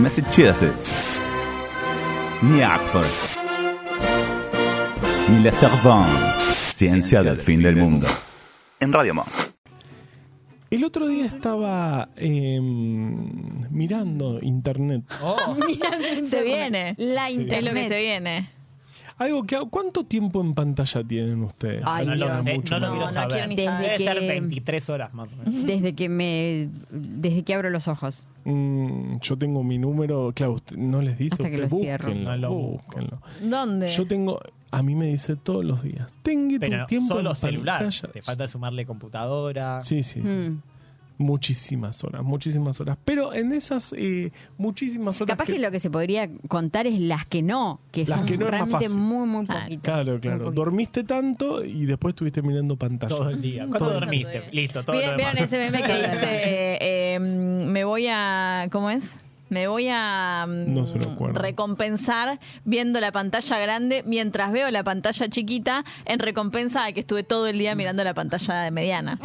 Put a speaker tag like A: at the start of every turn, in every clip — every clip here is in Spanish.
A: Massachusetts, ni Oxford, ni la Sorbonne. Ciencia del fin del mundo. En Radio Monk.
B: El otro día estaba eh, mirando internet.
C: Se viene.
D: La
C: Es lo que se
D: internet.
C: viene.
B: Algo que ¿cuánto tiempo en pantalla tienen ustedes?
D: Ay,
E: No lo
D: Dios. eh,
E: sé,
B: Mucho
E: no lo
B: más.
E: quiero
C: No, no
E: saber.
C: quiero ni
D: Desde
C: saber.
E: Debe ser
D: que-
E: 23 horas más o menos.
D: Desde que me desde que abro los ojos.
B: Mm, yo tengo mi número, claro, usted- no les dice,
D: Hasta que
B: usted
D: lo cierro.
B: búsquenlo,
E: No lo busco.
B: búsquenlo.
C: ¿Dónde?
B: Yo tengo, a mí me dice todos los días, tengo
E: Pero
B: tu tiempo
E: solo
B: en
E: celular.
B: pantalla".
E: Te falta sumarle computadora.
B: Sí, sí, sí.
D: Mm.
B: muchísimas horas, muchísimas horas. Pero en esas eh, muchísimas horas
D: Capaz que, lo que se podría contar es las que no, que
B: Las
D: son
B: que no es más
D: realmente
B: fácil.
D: muy, muy
C: Claro.
D: poquitas.
B: Claro,
D: Muy
B: claro.
D: poquito.
B: Dormiste tanto y después estuviste mirando pantalla.
E: Todo el día. ¿Cuánto
C: Todo el
E: dormiste?
C: día.
E: Listo, todo
C: ¿Vieron,
E: lo
C: vieron
E: demás.
C: ese meme que dice, eh, eh, me voy a, ¿cómo es? Me voy a mm,
B: No se lo acuerdo.
C: recompensar viendo la pantalla grande mientras veo la pantalla chiquita en recompensa a que estuve todo el día mirando la pantalla de mediana.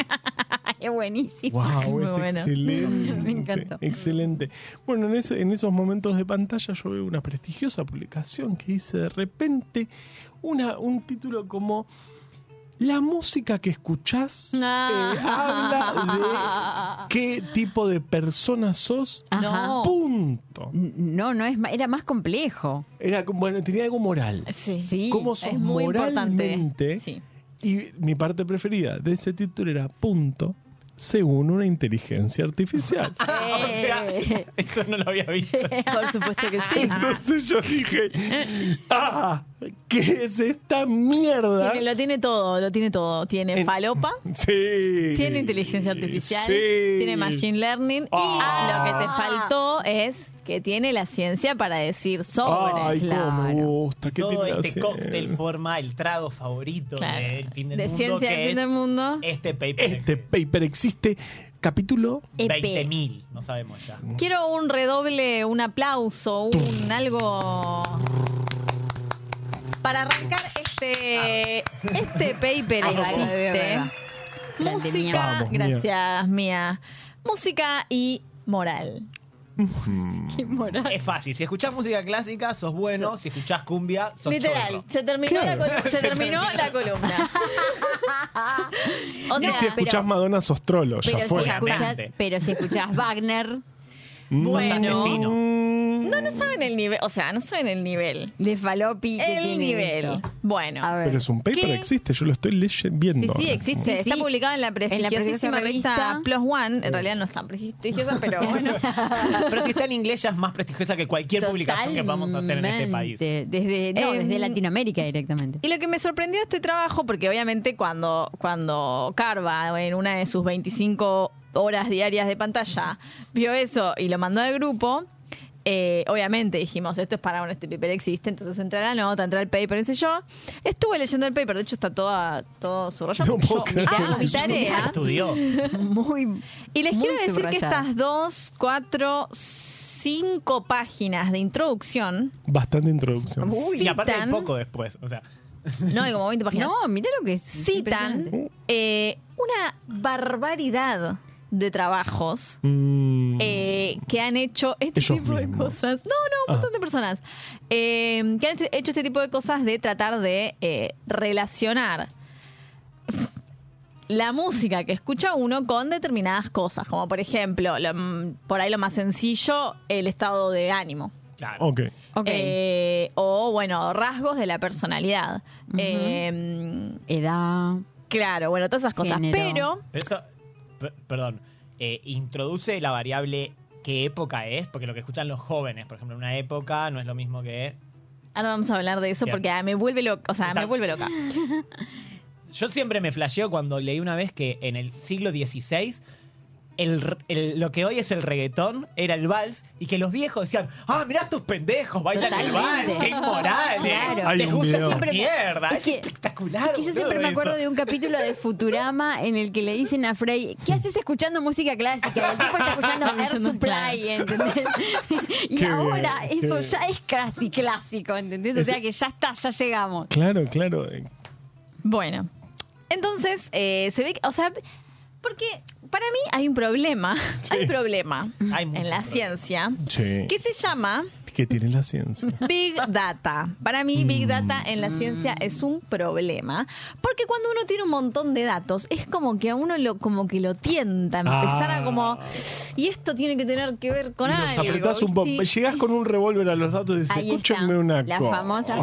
D: Es buenísimo.
B: Wow,
C: Muy
B: es
C: bueno.
B: excelente.
D: Me encantó.
B: Excelente. Bueno, en, ese- en esos momentos de pantalla yo veo una prestigiosa publicación que dice de repente una, un título como La música que escuchás eh,
C: Ah,
B: habla de qué tipo de persona sos.
D: Ajá.
C: Ah. No.
B: Punto.
D: N- No, no es ma- era más complejo.
B: Era como- bueno, tenía algo moral.
C: Sí.
D: Sí.
B: ¿Cómo sos
C: es muy
B: moralmente?
C: importante. Sí.
B: Y mi parte preferida de ese título era punto según una inteligencia artificial.
E: Ah,
C: Eh,
E: o sea, eso no lo había visto.
C: Por supuesto que sí.
B: Entonces yo dije, ah, ¿qué es esta mierda?
C: Tiene- lo tiene todo, lo tiene todo. Tiene
B: En-
C: falopa,
B: Sí.
C: tiene inteligencia artificial,
B: Sí.
C: tiene machine learning
B: Ah.
C: y lo que te faltó es que tiene la ciencia para decir sobre.
B: Ay, cómo me
D: claro.
B: gusta. ¿Qué
E: Todo
B: tiene que
E: este
B: hacer?
E: cóctel forma el trago favorito
C: Claro.
E: del fin del
C: De
E: mundo.
C: ciencia
E: que
C: del fin
E: es
C: del mundo.
E: Este paper.
B: Este paper existe. Capítulo.
D: EP.
E: 20.000, no sabemos ya.
C: Quiero un redoble, un aplauso, un algo para arrancar este este
D: Ahí
C: paper
D: va, ahí va, ahí va, ahí
C: existe.
D: va. Grande, mía.
C: Música,
B: Vamos, Mía.
C: gracias mía. Música y moral. Qué moral.
E: Es fácil. Si escuchás música clásica, sos bueno.
C: So-
E: Si escuchás cumbia, sos
C: Literal,
E: chorro.
C: se terminó,
B: Claro.
C: la, col- se terminó la columna.
D: No,
C: o sea,
B: si escuchás Madonna Sostrolo, ya
D: Pero
B: fue.
D: si, escuchas,
E: Obviamente.
D: pero si escuchás Wagner,
C: bueno,
E: asesino.
B: Mm,
C: no, no saben el nivel, o sea, no saben el nivel.
D: de Falopi, que
C: El
D: tiene
C: nivel.
D: esto.
C: Bueno.
D: A ver.
B: Pero es un paper,
C: ¿Qué?
B: existe. Yo lo estoy leyendo, viendo.
C: Sí, sí,
B: ahora.
C: existe.
D: Sí,
C: Está
D: sí.
C: publicado en la
D: En la
C: prestigiosísima
D: prestigiosa
C: revista
D: revista.
C: Plus One. En realidad no es tan prestigiosa, pero bueno.
E: Pero si está en inglés, ya es más prestigiosa que cualquier publicación que vamos a hacer en este país.
D: Totalmente. Desde, no,
C: Em,
D: desde Latinoamérica directamente.
C: Y lo que me sorprendió de este trabajo, porque obviamente cuando, cuando Carva, en una de sus 25 horas diarias de pantalla, vio eso y lo mandó al grupo, eh, obviamente dijimos, esto es para un este paper existe, entonces entra la nota, entra el paper, qué sé yo. Estuve leyendo el paper, de hecho está toda, todo su rollo,
B: No
C: porque
B: puedo
C: yo-
B: creer.
C: mirá, mi tarea...
E: Estudió.
D: Muy.
C: Y les
D: muy
C: quiero decir que
D: subrayado.
C: estas dos, cuatro, cinco páginas de introducción.
B: Bastante introducción.
E: Y aparte hay
C: citan-
E: poco después. O sea,
C: No, hay como 20 páginas.
D: No, mirá lo que es impresionante.
C: citan eh, una barbaridad de trabajos
B: Mm,
C: eh, que han hecho este
B: Ellos
C: tipo de
B: mismos.
C: cosas. No, no, un montón de personas. Eh, que han hecho este tipo de cosas de tratar de eh, relacionar la música que escucha uno con determinadas cosas, como por ejemplo, lo- mm, por ahí lo más sencillo, el estado de ánimo.
E: claro.
B: ok.
D: Ok.
C: Eh, o bueno, rasgos de la personalidad. Eh,
D: Edad.
C: claro, bueno, todas esas cosas.
D: Género.
C: Pero
E: Pero eso, per- perdón, eh, introduce la variable qué época es, porque lo que escuchan los jóvenes, por ejemplo, en una época no es lo mismo que...
C: ahora vamos a hablar de eso
E: Bien.
C: porque ah, me vuelve loca. O sea,
E: Está-
C: me vuelve loca.
E: Yo siempre me flasheo cuando leí una vez que en el siglo XVI... el r- el- lo que hoy es el reggaetón era el vals y que los viejos decían ah mirá estos pendejos bailan el vals
D: Totalmente.
E: qué inmorales
D: Claro.
B: Hay
E: les
B: un
E: gusta
B: video.
E: esa
D: Siempre me-
E: mierda es,
D: es que-
E: espectacular
D: Que yo siempre
E: boludo,
D: me acuerdo
E: eso.
D: de un capítulo de Futurama en el que le dicen a Frey, ¿qué haces escuchando música clásica? Y el tipo está escuchando Air
C: Escuchando,
D: Supply, ¿entendés? Y
B: Qué bien,
D: ahora
B: qué
D: eso
B: bien.
D: ya es casi clásico, ¿entendés? O
B: Ese-
D: sea que ya está, ya llegamos.
B: Claro, claro. eh,
C: Bueno, entonces eh, se ve que, o sea, Porque para mí hay un problema. Hay un problema
E: Hay mucho
C: en la
E: problema.
C: ciencia
B: Sí.
C: que se llama
B: ¿Qué tiene la ciencia?
C: Big Data. Para mí,
B: Mm.
C: Big Data en la ciencia es un problema. Porque cuando uno tiene un montón de datos, es como que a uno lo, como que lo tienta, empezar
B: Ah.
C: a como. Y esto tiene que tener que ver con
B: Y los
C: algo.
B: apretás un poco.
C: ¿viste?
B: Llegás con un revólver a los datos y dices,
D: Ahí está,
B: escúchenme una
D: la
B: cosa.
D: famosa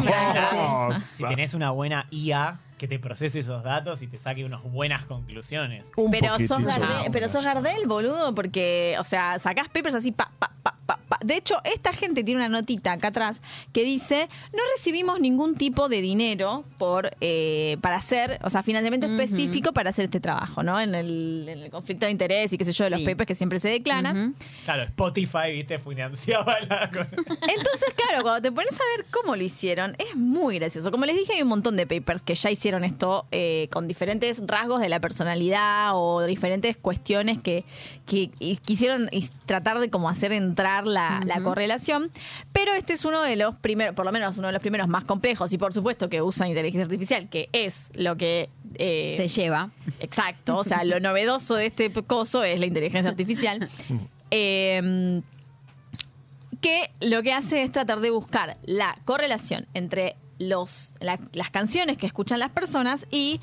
B: Oh,
D: frase.
E: Si tenés una buena IA que te procese esos datos y te saque unas buenas conclusiones.
B: un
C: Pero
B: poquitito.
C: sos,
D: Ah,
C: Gardel, pero sos Gardel, boludo, porque, o sea, sacás papers así, pa, pa, pa, pa, pa. De hecho, esta gente tiene una notita acá atrás que dice, no recibimos ningún tipo de dinero por eh, para hacer, o sea, financiamiento específico para hacer este trabajo, ¿no? En el, en el conflicto de interés y qué sé yo, de los
D: Sí.
C: papers que siempre se declaran.
D: Ujú.
E: Claro, Spotify, viste, financiaba la cosa.
C: Entonces, claro, cuando te pones a ver cómo lo hicieron, es muy gracioso. Como les dije, hay un montón de papers que ya hicieron esto eh, con diferentes rasgos de la personalidad o diferentes cuestiones que, que y quisieron is- tratar de como hacer entrar la, la correlación. Pero este es uno de los primeros, por lo menos uno de los primeros más complejos y por supuesto que usa inteligencia artificial, que es lo que... eh,
D: Se lleva.
C: Exacto, o sea, lo novedoso de este coso es la inteligencia artificial. Eh, que lo que hace es tratar de buscar la correlación entre los, la- las canciones que escuchan las personas y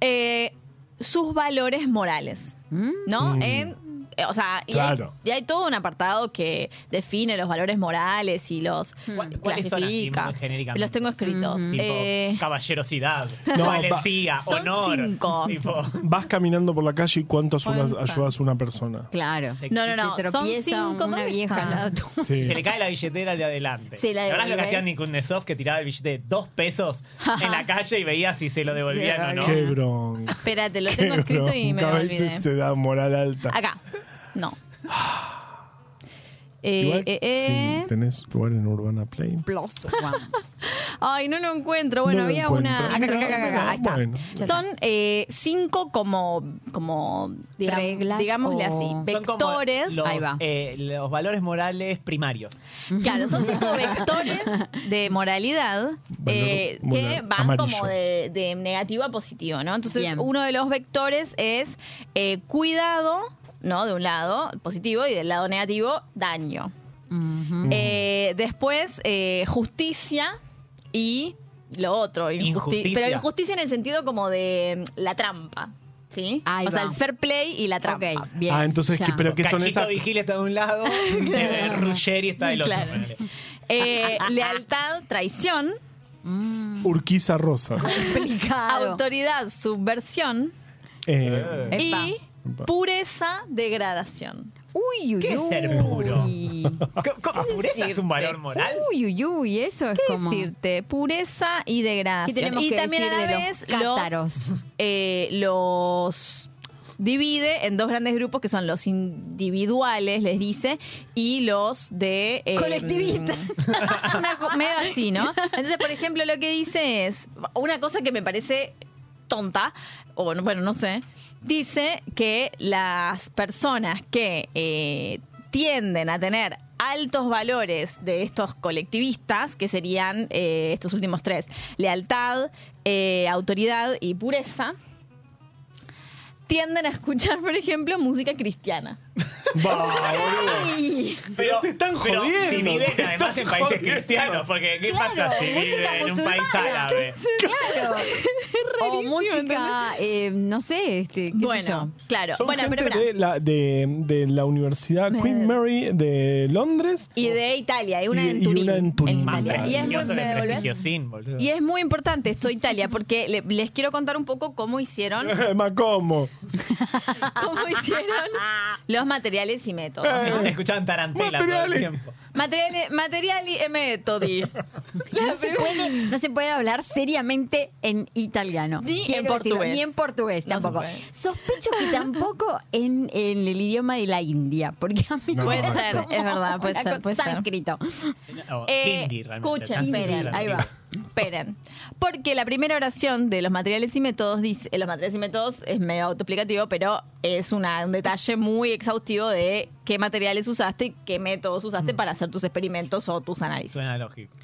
C: eh, sus valores morales,
D: Mm.
C: ¿no?
B: Mm.
C: En, eh, o sea, y,
B: Claro.
C: hay, y hay todo un apartado que define los valores morales y los
E: ¿Cuál- cuáles son así,
C: clasifica.
E: muy genéricamente?
C: los tengo escritos.
D: Mm. Ujú.
E: Tipo,
C: Eh,
E: caballerosidad,
B: No,
E: valentía,
C: son
E: honor.
C: cinco.
E: Tipo,
B: Vas caminando por la calle y cuánto ayudas,
C: Consta.
B: ayudas a una persona.
D: Claro.
E: se-
C: no, no,
D: Si
C: no.
D: se tropieza
C: son cinco,
D: una
C: ¿dónde
D: vieja al
C: están?
D: lado tuyo.
B: Sí.
E: Se le cae la billetera de adelante.
D: Se la
E: ¿Te acordás lo que
D: devolvés?
E: hacía Nikunnesov que tiraba el billete de dos pesos en la calle y veía si se lo devolvían o
D: Sí,
B: Qué
E: no?
D: obvio.
B: bronca.
C: Espérate, lo
B: qué
C: tengo escrito y
B: bronca.
C: me lo
B: A veces
C: olvidé.
B: se da moral alta.
C: Acá. No.
B: Igual,
C: Eh, eh, eh.
B: sí, tenés lugar en Urbana Play.
D: Ploso. Guau.
C: Ay, no lo encuentro. Bueno,
B: No lo
C: había
B: encuentro.
C: una. Acá, acá, acá, acá, Ahí está.
B: Bueno.
D: Ya está.
C: Son eh, cinco como, como digamos,
D: Reglas o-
C: digámosle así,
E: Son como
C: vectores.
E: los,
D: Ahí va.
E: eh, los valores morales primarios.
C: Claro, son cinco vectores de moralidad eh,
B: Valor
C: que
B: moral
C: van
B: amarillo.
C: como de, de negativo a positivo, ¿no? Entonces,
D: Bien.
C: uno de los vectores es eh, cuidado, ¿no? De un lado, positivo, y del lado negativo, daño.
D: Ujú.
C: Eh, después, eh, justicia y lo otro, injusti-
E: Injusticia.
C: Pero injusticia en el sentido como de mm, la trampa, ¿sí?
D: Ahí
C: o sea,
D: va.
C: el fair play y la trampa.
D: Ok, bien.
B: Ah, entonces,
D: ya.
B: ¿qué- pero qué
E: Cachito
B: son esas?
E: Vigil está de un lado, eh, Ruggeri está del otro.
C: Claro.
E: ponele.
C: Eh, lealtad, traición,
D: Mm,
B: Urquiza Rosa.
D: complicado.
C: autoridad, subversión
B: Eh,
D: Epa.
C: y
B: Epa.
C: pureza, degradación.
D: Uy, uy,
E: ¿Qué es
D: uy.
E: ser puro?
D: Uy,
E: ¿Cómo- cómo pureza es un valor moral?
D: uy, uy, eso es
C: ¿Qué
D: como...
C: decirte? Pureza y
D: ¿Qué
C: degradación.
D: tenemos
C: y
D: que
C: también
D: decir
C: a la
D: de
C: vez
D: los cátaros?
C: eh, los divide en dos grandes grupos que son los individuales, les dice, y los de... eh,
D: Colectivistas.
C: una co- medio así, ¿no? Entonces, por ejemplo, lo que dice es, una cosa que me parece tonta, o no- bueno, no sé, dice que las personas que eh, tienden a tener altos valores de estos colectivistas, que serían eh, estos últimos tres, lealtad, eh, autoridad y pureza, tienden a escuchar, por ejemplo, música cristiana.
B: Va, boludo.
C: ¡Ay!
E: Pero,
B: te están
E: pero si
B: jodiendo,
E: viven
B: te
E: además en
B: están
E: países
B: jodiendo.
E: cristianos, porque ¿qué
D: Claro,
E: pasa si
D: música
E: vive en un
D: musulmana.
E: país árabe?
D: Claro. o Oh, música, eh, no sé, este, qué sé yo.
C: Bueno, claro.
B: Son
C: bueno,
B: gente
C: pero, pará.
B: de, la, de, de la Universidad Queen Mary de Londres.
C: Y de Italia, y una
B: Y-
C: en
B: y
C: Turín.
B: una en Turín.
C: Italia.
E: Más
B: Vale.
C: Y es muy,
E: prestigioso
C: me
E: que
C: devolvés-
E: prestigiosín, boludo.
C: y es muy importante esto de Italia, porque le- les quiero contar un poco cómo hicieron,
B: Macomo.
C: cómo hicieron los materiales y métodos.
E: Ellos escuchaban Tarantela todo el
B: Materiales.
E: tiempo.
C: Materiales materiali e metodi.
D: No se, puede, no se puede hablar seriamente en italiano.
C: Ni
D: Quiero
C: en
D: decirlo,
C: portugués.
D: ni en portugués
C: No
D: tampoco.
C: se puede.
D: Sospecho que tampoco en, en el idioma de la India, porque a mí
B: No,
D: me
B: Puede
D: da
C: ser,
D: como
C: es verdad, puede
D: una
C: ser,
D: cosa
C: puede ser.
D: sánscrito.
E: O
C: Eh,
E: Oh, hindi, realmente.
C: escuchen,
E: Hindi,
C: esperen,
E: la
D: ahí
E: hindi.
D: va.
C: Esperen. Porque la primera oración de los materiales y métodos dice, eh, los materiales y métodos es medio autoexplicativo, pero es una- un detalle muy exhaustivo de qué materiales usaste y qué métodos
E: Mm.
C: usaste para hacer tus experimentos o tus análisis.
E: Suena lógico.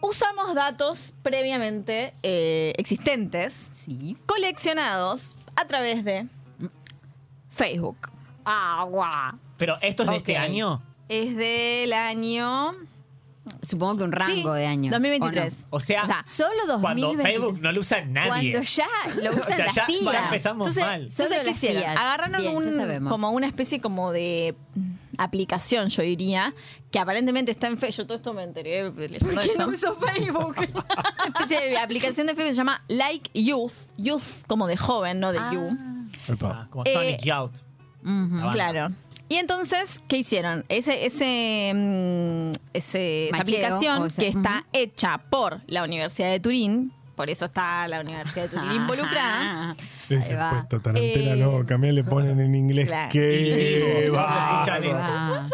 C: Usamos datos previamente eh, existentes,
D: Sí.
C: coleccionados a través de Facebook.
D: Agua.
E: Pero esto es de este
D: Ok.
E: año.
C: Es del año...
D: Supongo que un rango
C: Sí,
D: de años.
C: 2023.
D: ¿o
E: O sea,
C: O sea,
D: no? Solo 2023.
E: cuando Facebook no lo usa nadie.
D: Cuando ya lo usan
E: O sea,
D: las
E: ya- ya
D: tías.
E: empezamos
D: Entonces,
E: mal.
D: Solo
C: Entonces, ¿qué
D: las
C: hicieron?
D: tías.
C: Agarraron
D: Bien, ya
C: un-
D: sabemos.
C: como una especie como de mm, aplicación, yo diría, que aparentemente está en Facebook. Yo todo esto me enteré eh, leyendo
D: ¿Por qué
C: esto.
D: no uso Facebook?
C: Una especie de aplicación de Facebook que se llama Like Youth. Youth como de joven, no de
D: Ah.
C: you.
E: Ah, como
C: Eh,
E: Sonic Youth.
D: Ujú.
E: banda.
C: Claro. Y entonces, ¿qué hicieron? Ese, ese, mm, ese- esa
D: Macheo,
C: aplicación
D: o sea,
C: que está
D: ujú.
C: hecha por la Universidad de Turín, por eso está la Universidad de Turín involucrada.
B: Esa
D: Ahí va.
B: respuesta tan entera,
C: Eh,
B: no, también le ponen en inglés.
C: claro.
B: Que
E: Digo,
B: va.
E: escuchan eso.
D: Ah,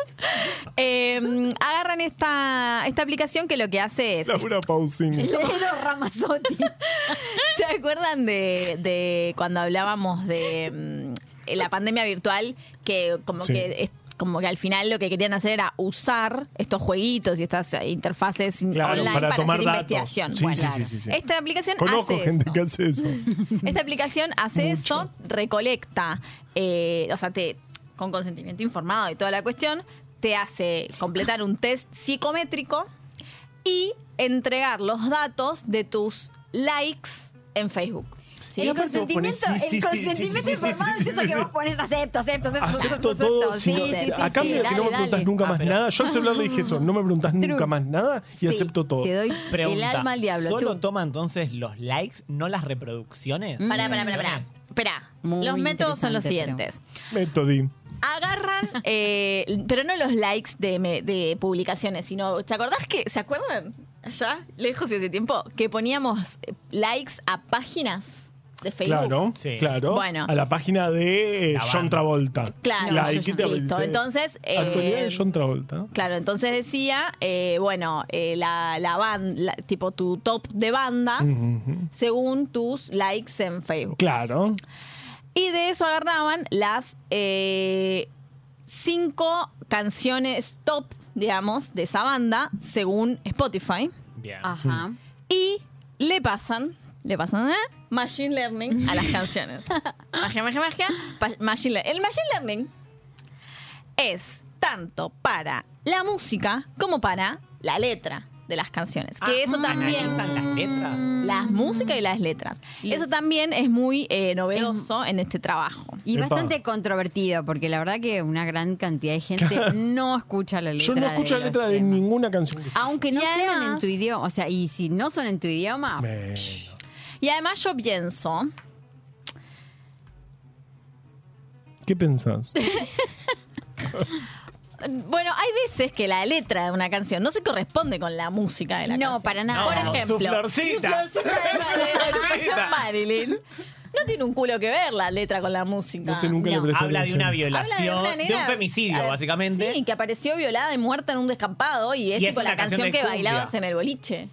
C: Eh, agarran esta, esta aplicación que lo que hace es.
B: Laura Pausini.
D: Lelo Ramazzotti.
C: ¿Se acuerdan de, de cuando hablábamos de mm, la pandemia virtual? Que como
B: Sí.
C: que es- como que al final lo que querían hacer era usar estos jueguitos y estas eh, interfaces in-
B: Claro,
C: online
B: para
C: para,
B: tomar
C: hacer
B: datos.
C: investigación.
B: Sí,
C: Bueno,
B: sí, sí, sí, sí.
C: Esta aplicación
B: Conozco
C: hace
B: gente
C: eso.
B: que hace eso.
C: Esta aplicación hace
B: Mucho.
C: eso, recolecta, eh, o sea, te, con consentimiento informado y toda la cuestión, te hace completar un test psicométrico y entregar los datos de tus likes en Facebook. ¿sí?
D: El
B: aparte vos
D: consentimiento,
B: pones sí, sí,
D: el
B: sí, sí, sí,
D: consentimiento
B: sí, sí,
D: informado
B: sí,
D: es eso
B: sí,
D: que
B: sí.
D: vos pones acepto, acepto, acepto,
B: Acepto todo.
D: Sí,
B: sino-
D: sí, sí,
B: a
D: sí,
B: cambio de que
D: dale,
B: no me preguntás
D: dale.
B: nunca
E: Ah,
B: más
E: pero-
B: nada. Yo al celular le dije eso, no me preguntás nunca más nada y
D: Sí,
B: acepto todo.
D: Te doy el
E: Pregunta,
D: alma al diablo.
E: ¿Solo
D: tú.
E: toma entonces los likes, no las reproducciones?
D: Mm.
C: Pará, pará, pará, pará. Espera,
D: Muy
C: los métodos son los
D: interesante,
C: siguientes.
D: pero-
B: Metodi.
C: Agarran, eh, pero no los likes de, me- de publicaciones, sino, ¿te acordás que, ¿se acuerdan? Allá, lejos y hace tiempo, que poníamos eh, likes a páginas de Facebook.
B: Claro,
E: Sí.
B: claro.
C: Bueno.
B: A la página de eh,
E: La
B: John
E: banda.
B: Travolta.
C: Claro,
B: La
C: yo-
B: Ike te
C: yo- listo.
B: dice,
C: Entonces, eh,
B: Actualidad de John Travolta.
C: Claro, entonces decía, eh, bueno, eh, la, la banda, tipo tu top de bandas,
B: Mm. Ujú.
C: según tus likes en Facebook.
B: Claro.
C: Y de eso agarraban las eh, cinco canciones top, digamos, de esa banda, según Spotify.
E: Bien.
D: Ajá.
B: Mm.
C: Y le pasan, le pasan ¿eh? Machine Learning a las canciones. Magia, magia, magia. pa- Machine lear- El Machine Learning es tanto para la música como para la letra de las canciones. Que
E: Ah,
C: eso también...
E: Analizan las letras.
C: Las músicas y las letras. Eso también es muy eh, novedoso en este trabajo.
D: Y
B: Epa.
D: bastante controvertido, porque la verdad que una gran cantidad de gente no escucha la letra.
B: Yo no escucho
D: de
B: la
D: los
B: letra de
D: temas. Ah,
B: ninguna canción. que-
D: Aunque no
C: Y
D: sean en
C: además-
D: tu idioma, o sea, y si no son en tu idioma,
B: Bueno.
C: Y además yo pienso,
B: ¿Qué pensás?
C: bueno, hay veces que la letra de una canción no se corresponde con la música de la
D: No,
C: canción.
D: para nada.
C: Por
D: No,
C: ejemplo,
E: su florcita.
C: su florcita de Marilyn, de la canción Marilyn. No tiene un culo que ver la letra con la música.
B: No sé, nunca le
D: no.
B: presté
E: Habla de
B: atención.
E: una
C: Habla
E: violación, de,
C: Ah, una nena-
E: un femicidio,
C: eh,
E: básicamente.
C: Sí, que apareció violada y muerta en un descampado y es,
E: Y es
C: tipo
E: una
C: la
E: canción de
C: canción, que
E: cumbia.
C: bailabas en el boliche.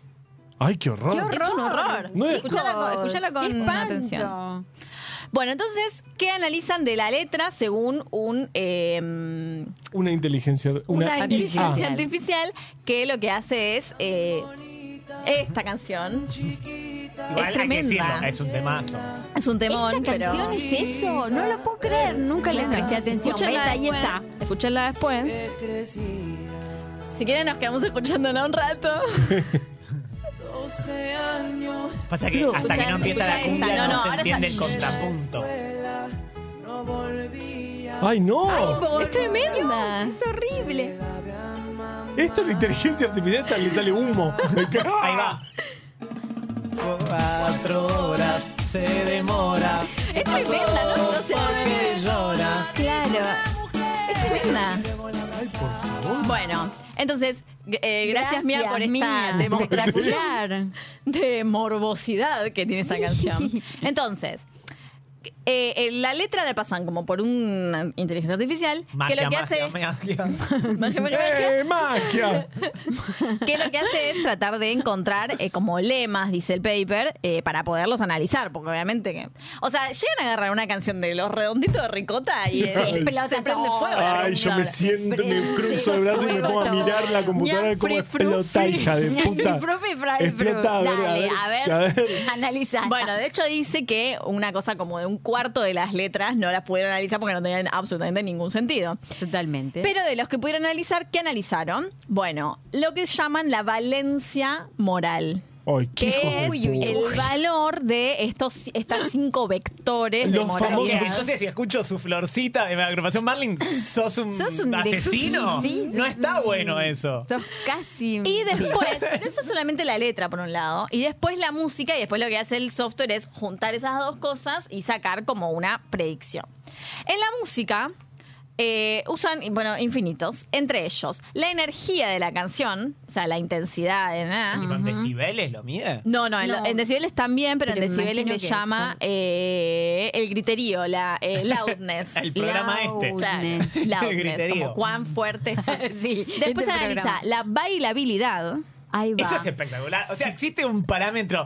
B: Ay, qué horror.
D: ¡Qué horror!
C: Es un horror.
B: No es-
C: Escuchala con- escuchala con
D: ¡Qué espanto!
C: atención. Bueno, entonces, ¿qué analizan de la letra según un... eh,
B: Una inteligencia.
C: una,
B: Una,
C: inteligencia
D: Ah.
C: artificial que lo que hace es eh, esta canción.
E: Igual
C: es
E: hay que
C: tremenda.
E: decirlo, es un temazo.
C: Es un temón,
D: Esta
C: pero.
D: canción es eso, no lo puedo creer, nunca le presté atención. ¿Ves?
C: Escúchenla
D: Ahí
C: después.
D: está.
C: Escúchenla después. Si quieren, nos quedamos escuchándola un rato.
E: Pasa que
B: Pero-
E: hasta que no
C: Escuchá,
E: empieza la
C: escuchá
E: cumbia
C: esta.
E: no,
C: No, no,
E: se
C: ahora
E: entiende
C: ya-
E: el contrapunto.
B: Ay, no.
C: es tremenda.
D: Es horrible.
B: Esto es la inteligencia artificial, esta le sale humo.
E: Ahí va. Cuatro horas se demora.
C: Es tremenda, ¿no? No se la ve.
E: llora.
D: Claro.
C: Es tremenda. Bueno, entonces, g- eh, gracias, Mía por esta
D: Mía.
C: demostración.
D: Espectacular.
C: de morbosidad que tiene esta canción. Entonces, eh, eh, la letra la pasan como por una inteligencia artificial
E: Magia,
C: que lo que
E: magia,
C: hace
E: magia.
C: magia, magia, magia,
B: ¡Eh, magia!
C: que lo que hace es tratar de encontrar eh, como lemas, dice el paper, eh, para poderlos analizar, porque obviamente que, o sea, llegan a agarrar una canción de los redonditos de ricota y eh,
B: Ay.
C: explota se prende
D: todo.
C: fuego. la
B: Ay, yo
C: reunión.
B: me siento, me cruzo de brazos y me pongo a mirar la computadora como explota, hija de puta. Explota, a ver,
D: Dale, a ver.
B: a ver.
D: Analiza.
C: Bueno, de hecho dice que una cosa como de un cuarto de las letras no las pudieron analizar porque no tenían absolutamente ningún sentido.
D: Totalmente.
C: Pero de los que pudieron analizar, ¿qué analizaron? Bueno, lo que llaman la valencia moral.
B: Ay, qué
C: Que
B: hijos de
C: es
B: puta.
C: el valor de estos estas cinco vectores de
B: Los famosos-
E: Bien,
C: moralidad.
E: Entonces, si escucho su florcita de la agrupación Marlin, sos un,
D: Sos un
E: asesino.
D: de- sí, sí,
E: no
D: sí.
E: está bueno eso.
D: Sos casi.
C: Y después, pero eso es solamente la letra por un lado, y después la música, y después lo que hace el software es juntar esas dos cosas y sacar como una predicción. En la música eh, usan, y bueno, infinitos, entre ellos, la energía de la canción, o sea, la intensidad de nada.
E: ¿Y con decibeles lo mide?
C: No, no, en,
D: No.
C: en decibeles también, pero,
D: Pero
C: en
D: me
C: decibeles le
D: imagino que
C: llama
D: son-
C: eh, el griterío, la eh, loudness.
E: El programa este.
C: Claro,
D: Loudness.
C: loudness,
E: griterío.
C: como cuán fuerte. está.
D: Sí, este
C: Después
D: programa.
C: analiza la bailabilidad.
D: Ahí va.
E: Eso es espectacular. O sea, existe un parámetro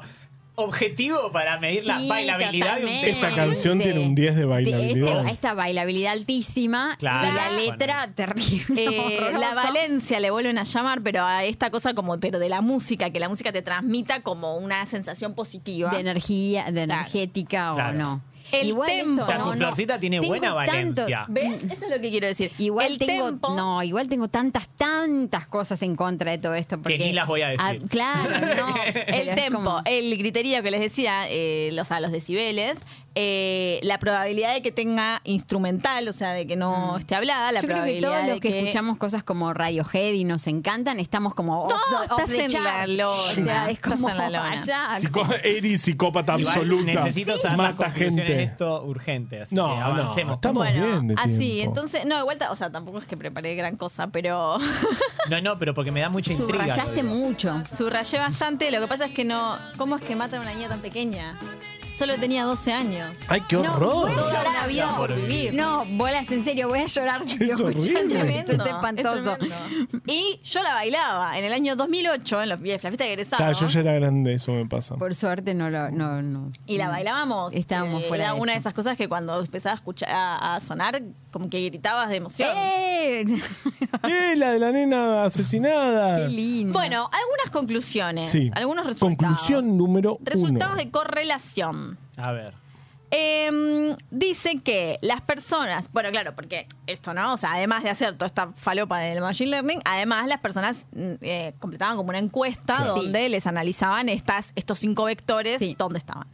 E: objetivo para medir la
D: Sí,
E: bailabilidad de un
D: totalmente.
E: tema.
B: Esta canción tiene un 10 de bailabilidad.
D: Este- esta bailabilidad altísima
E: Claro.
D: y la letra terrible.
C: Eh, la
D: horrorosa.
C: Valencia le vuelven a llamar, pero a esta cosa como, pero de la música, que la música te transmita como una sensación positiva.
D: de energía, de
C: Claro.
D: energética
E: Claro.
D: o no.
C: El tempo.
E: O sea, su
C: No, no.
E: florcita tiene
D: Tengo
E: buena
D: tanto-
E: valencia.
C: ¿Ves? Eso es lo que quiero decir.
D: Mm. Igual
C: el
D: tengo,
C: tempo,
D: no, igual tengo tantas, tantas cosas en contra de todo esto. Porque,
E: ni las voy a decir.
D: Ah, claro, no. pero
C: el
D: es
C: tempo,
D: como-
C: el griterío que les decía, eh, los, a los decibeles, eh, la probabilidad de que tenga instrumental, o sea, de que no esté hablada, la
D: Mm. Yo creo que
C: probabilidad
D: todos los
C: de
D: que, escuchamos cosas como Radiohead y nos encantan, estamos como off
C: No,
D: the- off
C: estás
D: the
C: en
D: chart.
C: la lona.
D: O sea, es
C: Estás
D: como
C: en la lona.
D: allá.
B: Psico Eri, psicópata
E: Igual
B: absoluta.
E: Necesito saber las
B: Mata
E: conclusiones de
B: gente.
E: esto urgente. Así
B: No,
E: que
B: no,
E: avancemos.
B: estamos-
C: bueno,
B: bien de
C: así,
B: tiempo.
C: entonces, no, igual, ta- o sea, tampoco es que preparé gran cosa, pero
E: No, no, pero porque me da mucha intriga. lo
D: Subrayaste
E: digo.
D: mucho.
C: subrayé bastante. Lo que pasa es que no, ¿cómo es que matan a una niña tan pequeña? Solo tenía 12 años.
B: Ay, qué horror.
D: No, voy a llorar.
C: Una vida por vivir.
D: No, bolas, en serio, voy a llorar. si
B: Es
D: sigo
B: horrible.
D: escuchando
C: Tremendo,
D: esto, es espantoso.
C: es tremendo. Y yo la bailaba en el año 2008 en los, en la fiesta de
B: Ta,
C: egresados.
B: yo ya era grande, eso me pasa.
D: Por suerte no lo... No, no.
C: Y la bailábamos. Eh,
D: Estábamos fuera
C: Era
D: de
C: una de
D: esto.
C: esas cosas que cuando empezaba a escuchar a, a sonar, como que gritabas de emoción.
D: ¡Eh!
B: ¡Eh, la de la nena
D: ¡Qué
B: asesinada!
D: lindo!
C: Bueno, algunas conclusiones.
B: Sí.
C: Algunos resultados.
B: Conclusión número
C: Resultados
B: uno.
C: de correlación.
E: A ver.
C: Em, dice que las personas, bueno, claro, porque esto, ¿no? O sea, además de hacer toda esta falopa del Machine Learning, además las personas mm, eh, completaban como una encuesta
D: Claro.
C: donde les analizaban estas, estos cinco vectores,
D: Sí.
C: dónde estaban.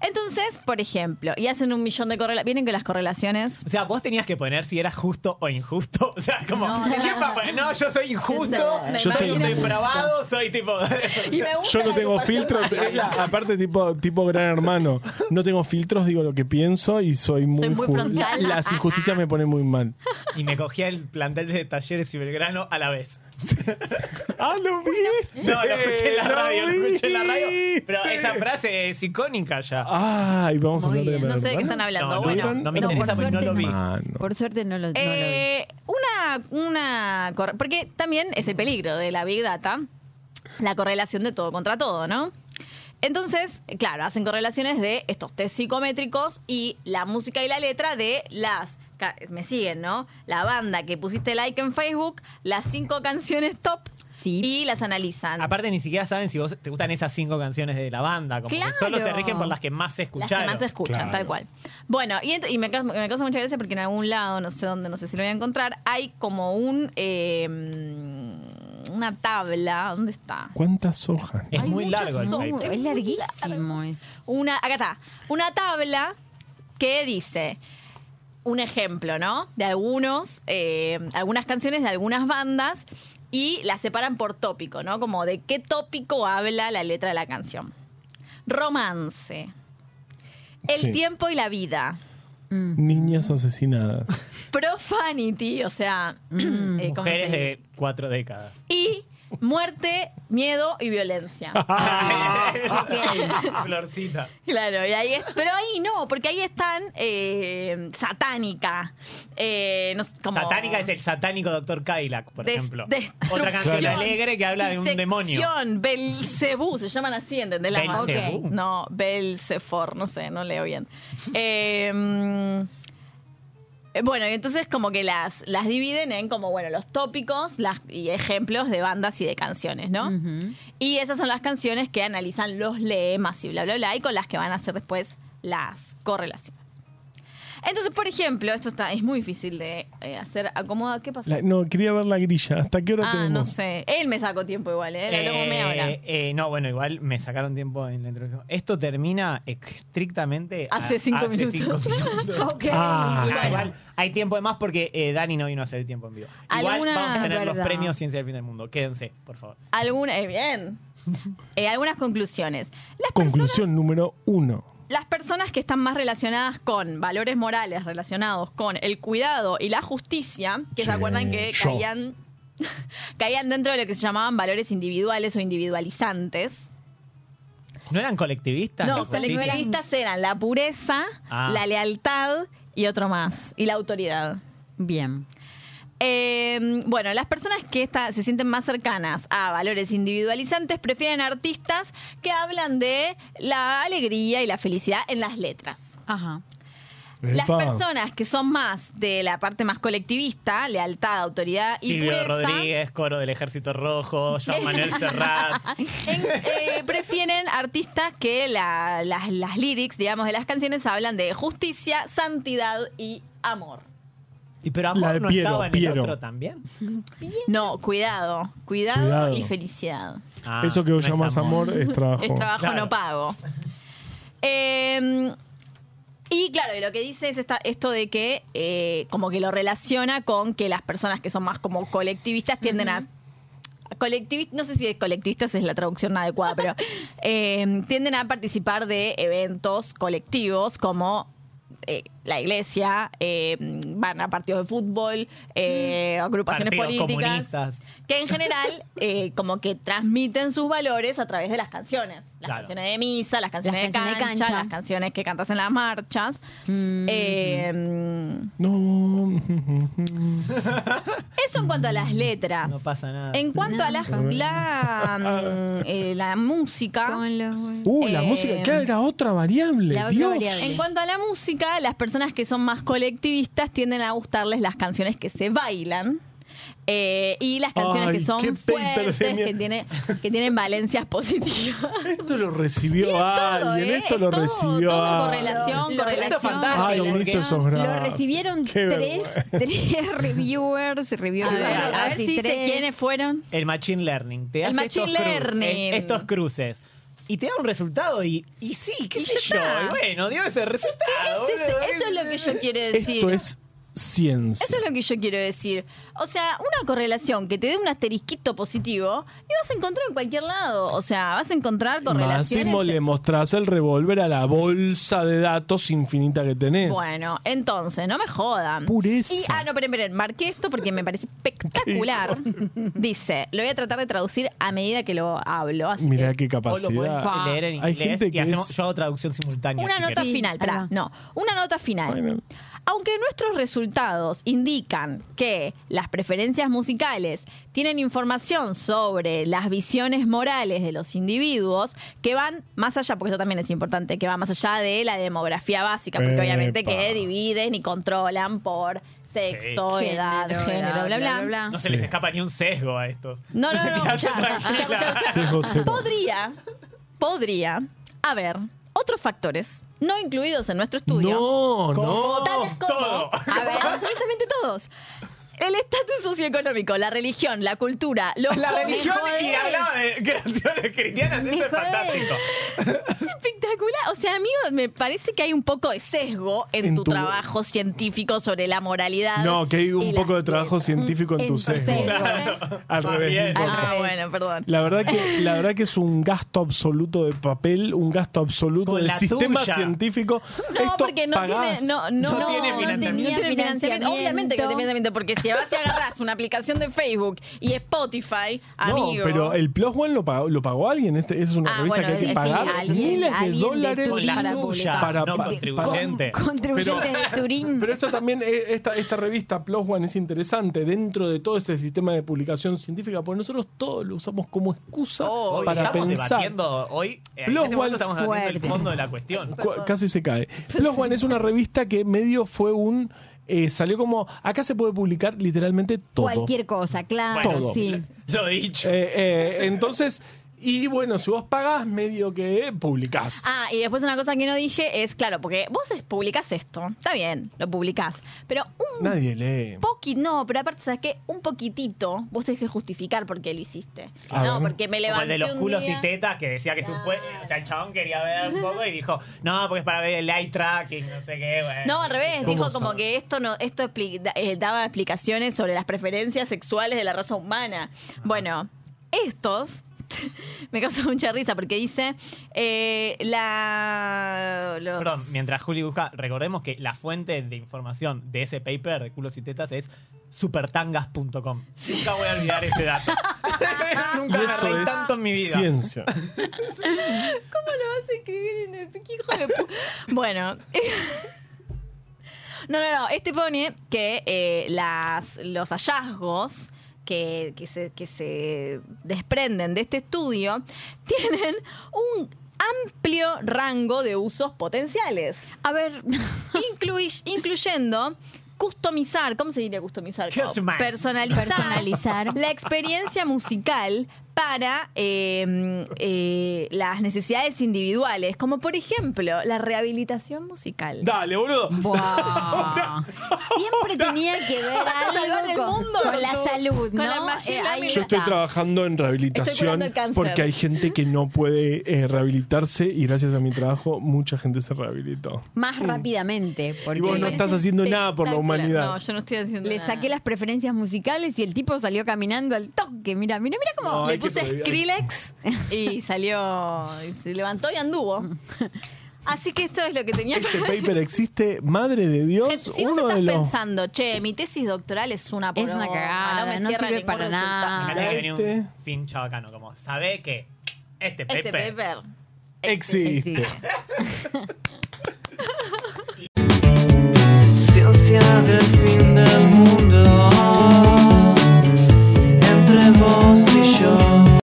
C: Entonces, por ejemplo, y hacen un millón de correlaciones. Vienen que las correlaciones.
E: O sea, vos tenías que poner si era justo o injusto. O sea, como, ¿quién va a poner? No, yo soy injusto,
D: Yo
E: yo
B: soy-
E: soy
B: me
E: un
B: imagino.
E: depravado, soy tipo.
C: Y me gusta
B: Yo no
C: la
B: tengo
C: agrupación
B: filtros,
C: Machine
B: es la- aparte tipo, tipo gran hermano. No tengo filtros, digo lo que pienso y soy muy,
C: Soy muy
B: ju-
C: frontal.
B: Las injusticias me ponen muy mal.
E: y me cogía el plantel de talleres y Belgrano a la vez.
B: ¡Ah, lo vi!
E: No, lo escuché en la radio, lo escuché en la radio. Pero esa frase es icónica ya.
B: ¡Ay, vamos a
D: Muy
B: hablar de
D: bien,
B: gran
C: No sé de qué
B: hermano.
C: están hablando.
E: No, no,
C: bueno,
E: no me
D: no,
E: interesa
D: por
E: porque no lo
D: suerte
E: vi.
B: Hermano.
D: Por suerte no lo, no lo vi.
C: Eh, una, una corre- porque también es el peligro de la big data, la correlación de todo contra todo, ¿no? Entonces, claro, hacen correlaciones de estos test psicométricos y la música y la letra de las ca- me siguen, ¿no? La banda que pusiste like en Facebook, las cinco canciones top
D: Sí.
C: y las analizan.
E: Aparte, ni siquiera saben si vos te gustan esas cinco canciones de la banda. Como
D: Claro.
E: que solo se rigen por las que más se
C: Las que
E: escucharon.
C: más se escuchan,
B: Claro.
C: tal cual. Bueno, y, ent- y me, ca- me causa mucha gracia porque en algún lado, no sé dónde, no sé si lo voy a encontrar, hay como un eh, mm, una tabla, ¿dónde está?
B: ¿Cuántas hojas?
E: Es
D: Hay
E: muy
D: muchas
E: largo el
D: son-
E: paper.
D: Es larguísimo. eh.
C: Una, acá está, una tabla que dice un ejemplo, ¿no? De algunos, eh, algunas canciones de algunas bandas y las separan por tópico, ¿no? Como de qué tópico habla la letra de la canción. Romance. El
B: Sí.
C: tiempo y la vida. Mm.
B: Niñas asesinadas.
C: profanity, o sea, eh, ¿cómo
E: Mujeres
C: se dice?
E: de cuatro décadas.
C: y muerte, miedo y violencia. Ah,
E: Florcita.
C: Claro, y ahí es, pero ahí no, porque ahí están eh, satánica, eh, no sé, como
E: Satánica es el satánico Dr. Cadillac, por
C: des-
E: ejemplo.
C: destrucción,
E: Otra canción alegre que habla de un demonio.
C: disección, Belcebú, se llaman así, ¿entendés? Las bandas?
E: Belcebú.
D: Ok.
C: No, Belsefor, no sé, no leo bien. Eh, mm, eh, bueno, y entonces como que las, las dividen en como, bueno, los tópicos las, y ejemplos de bandas y de canciones, ¿no? Y esas son las canciones que analizan los lemas y bla, bla, bla, y con las que van a hacer después las correlaciones. Entonces, por ejemplo, esto está es muy difícil de eh, hacer acomodado. ¿Qué pasó?
B: La- no, quería ver la grilla. ¿Hasta qué hora
C: ah,
B: tenemos?
C: no sé. Él me sacó tiempo igual, ¿eh? Le habló como media hora.
E: Eh, eh, no, bueno, igual me sacaron tiempo en la introducción. Esto termina estrictamente a-
C: Hace cinco
E: hace
C: minutos.
E: cinco minutos.
C: Ok.
B: Ah,
E: Ah,
C: Igual.
E: igual hay tiempo de más porque eh, Dani no vino a hacer el tiempo en vivo. Igual
D: Alguna-
E: vamos a tener los
D: verdad.
E: premios Ciencia del Fin del Mundo. Quédense, por favor.
C: Alguna- eh, bien. Eh, algunas conclusiones. Las personas
B: Conclusión número uno.
C: las personas que están más relacionadas con valores morales relacionados con el cuidado y la justicia, que
B: Sí,
C: se acuerdan que
B: yo.
C: caían, caían dentro de lo que se llamaban valores individuales o individualizantes.
E: ¿No eran colectivistas?
C: No,
E: la justicia?
C: colectivistas eran la pureza,
E: Ah.
C: la lealtad y otro más, y la autoridad.
D: Bien.
C: Eh, bueno, las personas que esta- se sienten más cercanas a valores individualizantes prefieren artistas que hablan de la alegría y la felicidad en las letras.
D: Ajá.
C: Las
B: Epa.
C: personas que son más de la parte más colectivista, lealtad, autoridad y
E: Silvio
C: pureza,
E: Rodríguez, coro del Ejército Rojo, Jean Manuel Serrat.
C: en- eh, prefieren artistas que la- las, las lyrics, digamos, de las canciones hablan de justicia, santidad y amor.
E: Y
B: La
E: pero
B: de
E: amor no
B: Piero,
E: estaba en el
B: Piero.
E: otro también.
C: No, cuidado, cuidado,
B: Cuidado.
C: y felicidad.
E: Ah,
B: Eso que vos
E: no es
B: llamás amor, eh. es trabajo.
C: Es trabajo
E: Claro.
C: no pago. Eh, y claro, y lo que dice es esta- esto de que eh, como que lo relaciona con que las personas que son más como colectivistas tienden a... colectivis- no sé si de colectivistas es la traducción adecuada, pero eh, tienden a participar de eventos colectivos como eh, la iglesia, eh, van a partidos de fútbol, eh, agrupaciones
E: Partidos
C: políticas
E: comunistas.
C: que en general eh, como que transmiten sus valores a través de las canciones. Las
E: Claro.
C: canciones de misa, las canciones,
D: Las
C: de,
D: canciones de
C: cancha,
D: cancha. Mm.
C: las canciones que cantas en las marchas. Eh,
B: No.
C: eso en cuanto a las letras.
E: No pasa nada.
C: En cuanto a la, la, mm, eh, la música...
D: Con los hue-
B: Uh, la
C: Eh,
B: música. Claro, era otra variable.
D: la otra
B: Dios.
D: variable.
C: En cuanto a la música, las personas que son más colectivistas tienden a gustarles las canciones que se bailan eh, y las canciones
B: Ay,
C: que
B: qué
C: son
B: paper de
C: fuertes, que,
B: mierda.
C: tiene, que tienen valencias positivas.
B: Esto lo recibió
C: todo,
B: alguien.
C: ¿eh?
B: Esto
C: Es
B: lo
C: todo,
B: recibió
C: todo
B: alguien.
C: correlación,
E: Lo-
C: correlación.
E: esto es fantástico,
B: Ay,
E: porque-
B: hizo esos
D: Lo
B: gráficos.
D: recibieron
B: Uh, Qué
D: tres,
B: vergüenza.
D: tres reviewers, reviewers.
C: A ver, a ver
D: casi
C: si sé
D: tres.
C: quiénes fueron.
E: El Machine Learning. Te
C: El
E: hace
C: machine
E: estos, cru-
C: learning.
E: eh, estos cruces. Y te da un resultado y, y sí, qué
C: Y
E: sé yo.
C: ya está.
E: Y bueno, dio ese resultado.
C: Ese-
E: boludo.
C: eso es lo que yo quiero decir.
B: Esto es ciencia.
C: Eso es lo que yo quiero decir. O sea, una correlación que te dé un asterisquito positivo y vas a encontrar en cualquier lado. O sea, vas a encontrar correlaciones.
B: Máximo le mostrás el revólver a la bolsa de datos infinita que tenés.
C: Bueno, entonces, no me jodan.
B: Pureza.
C: Y, ah, no, esperen, esperen, marqué esto porque me parece espectacular. Dice, lo voy a tratar de traducir a medida que lo hablo. así
B: Mirá
C: que-
B: qué
E: Eh, O lo podés
B: capacidad.
E: leer en
B: Hay
E: inglés
B: gente
E: y
B: que
E: hacemos,
B: es-
E: yo hago traducción simultánea.
C: Una
E: si
C: nota
E: querés.
D: Sí,
C: final,
D: ahí
C: pará,
D: va.
C: no, una nota final.
B: Bueno.
C: Aunque nuestros resultados indican que las preferencias musicales tienen información sobre las visiones morales de los individuos que van más allá, porque eso también es importante, que va más allá de la demografía básica, porque obviamente
B: Epa.
C: que dividen y controlan por sexo,
D: Sí.
C: edad,
D: Género,
C: género, bla, bla.
E: No se les escapa ni un sesgo a estos.
C: No, no, no,
E: Quédate
C: escuchá,
E: tranquila.
C: escuchá, escuchá, escuchá.
B: Sesgo cero.
C: Podría, podría haber otros factores no incluidos en nuestro estudio.
B: No,
E: ¿Cómo?
B: no.
C: Tales como-
E: Todo.
C: A ver, absolutamente todos. El estatus socioeconómico, la religión, la cultura, los
E: La
C: jóvenes-
E: religión y
D: jodés.
E: hablaba de canciones cristianas,
D: Me
E: eso es
D: jodés.
E: fantástico.
C: espectacular. O sea, amigo, me parece que hay un poco de sesgo en,
B: En
C: tu,
B: tu-
C: trabajo científico sobre la moralidad.
B: No, que hay
C: y
B: un
C: las
B: poco de trabajo
C: letras.
B: científico en,
D: en
B: tu
D: tu
B: sesgo.
D: sesgo. ¿eh?
B: Al
E: Más
B: revés,
E: bien.
B: no importa.
C: Ah,
D: Ok.
C: bueno, perdón.
B: La verdad, que, la verdad que es un gasto absoluto de papel, un gasto absoluto
E: Con
B: del
E: la
B: sistema
E: tuya.
B: científico.
C: No,
B: Esto
C: porque no
B: pagás.
C: tiene, no, no,
E: No tiene
C: tenía
E: financiamiento.
C: financiamiento. Obviamente que tiene financiamiento, porque si vas y agarras una aplicación de Facebook y Spotify,
B: No,
C: amigo.
B: pero el Plus One lo pagó, lo pagó alguien. Este, esa es una
C: Ah,
B: revista
C: bueno,
B: que hay
C: sí,
B: que pagar
D: alguien-
B: miles
D: alguien
B: de
D: de
B: dólares.
D: tu
E: Con la
D: Para
E: suya,
D: publicar.
B: Para-
E: no
B: para-
E: contribuyente.
D: Contribuyentes de Turín.
B: Pero esto también, eh, esta, esta revista Plus One es interesante dentro de todo este sistema de publicación científica, porque nosotros todos lo usamos como excusa
C: Oh,
E: Hoy
B: para
E: estamos
B: pensar.
E: debatiendo hoy, eh, en
B: Los
E: este momento estamos debatiendo el
D: fuerte.
E: fondo de la cuestión.
B: Cu- Casi se cae. Plus One es una revista que medio fue un... eh, salió como, acá se puede publicar literalmente todo.
D: Cualquier cosa, claro,
E: Bueno,
B: Todo.
D: sí.
E: Lo dicho.
B: Eh, eh, entonces, Y bueno, si vos pagás, medio que publicás.
C: Ah, y después una cosa que no dije es, claro, porque vos es- publicás esto, está bien, lo publicás, pero un
B: Nadie lee.
C: poquito, no, pero aparte, ¿sabes qué? Un poquitito vos tenés que justificar por qué lo hiciste.
B: A
C: no,
B: ver.
C: porque me
E: Como
C: levanté
E: el de los
C: un
E: culos
C: día-
E: y tetas que decía que supue- O sea, el chabón quería ver un poco y dijo, no, porque es para ver el eye tracking, no sé qué, bueno.
C: No, al revés,
B: ¿Cómo
C: dijo como
B: sabe?
C: que esto no esto expli- da- eh, daba explicaciones sobre las preferencias sexuales de la raza humana. Bueno, estos me causa mucha risa porque dice eh, la los-
E: Perdón, mientras Juli busca, recordemos que la fuente de información de ese paper de culos y tetas es supertangas.com. Nunca voy a olvidar ese dato.
B: Y
E: Nunca me
B: eso
E: reí
B: es
E: tanto en mi vida.
B: Ciencia.
C: ¿Cómo lo vas a escribir en el qué hijo de pu- Bueno. No, no, no. Este pone que eh, las, los hallazgos que, que, se, que se desprenden de este estudio tienen un amplio rango de usos potenciales,
D: A ver,
C: inclui- incluyendo customizar, ¿cómo se diría customizar? Como
E: Customize.
C: Personalizar,
D: personalizar.
C: la experiencia musical para eh, eh, las necesidades individuales, como por ejemplo la rehabilitación musical.
B: Dale, boludo.
D: Buah. Siempre tenía que ver
C: Vas a salvar
D: algo
C: el
D: con,
C: mundo
D: con
C: con
D: la
C: tu-
D: salud,
C: con
D: ¿no?
C: la machine
D: Eh,
C: learning.
D: ahí
B: Yo estoy
D: está.
B: trabajando en
C: Estoy curando
B: rehabilitación
C: el cáncer.
B: porque hay gente que no puede eh, rehabilitarse y gracias a mi trabajo mucha gente se rehabilitó.
D: Más rápidamente,
B: Y
D: porque
B: vos no estás haciendo nada por la
C: Espectacular.
B: humanidad.
C: No, yo no estoy haciendo
D: le
C: nada.
D: saqué las preferencias musicales y el tipo salió caminando al toque. Mira, mira, mira cómo...
B: No, hay que
C: Le puse
B: prohibir-
C: Skrillex y salió, y se levantó y anduvo. Así que esto es lo que tenía
B: Este
C: para...
B: paper existe, madre de Dios,
C: Si vos
B: uno de
C: estás
B: los...
C: pensando, che, mi tesis doctoral es una
D: Es una
C: poronga,
D: cagada,
C: me
D: no
C: cierra
D: sirve
C: ningún
D: para
C: resultado".
D: nada.
E: Me encanta que venía un
B: Este.
E: fin chabacano, como, sabe que este paper,
C: Este paper.
B: Existe.
D: Existe.
F: Ciencia del fin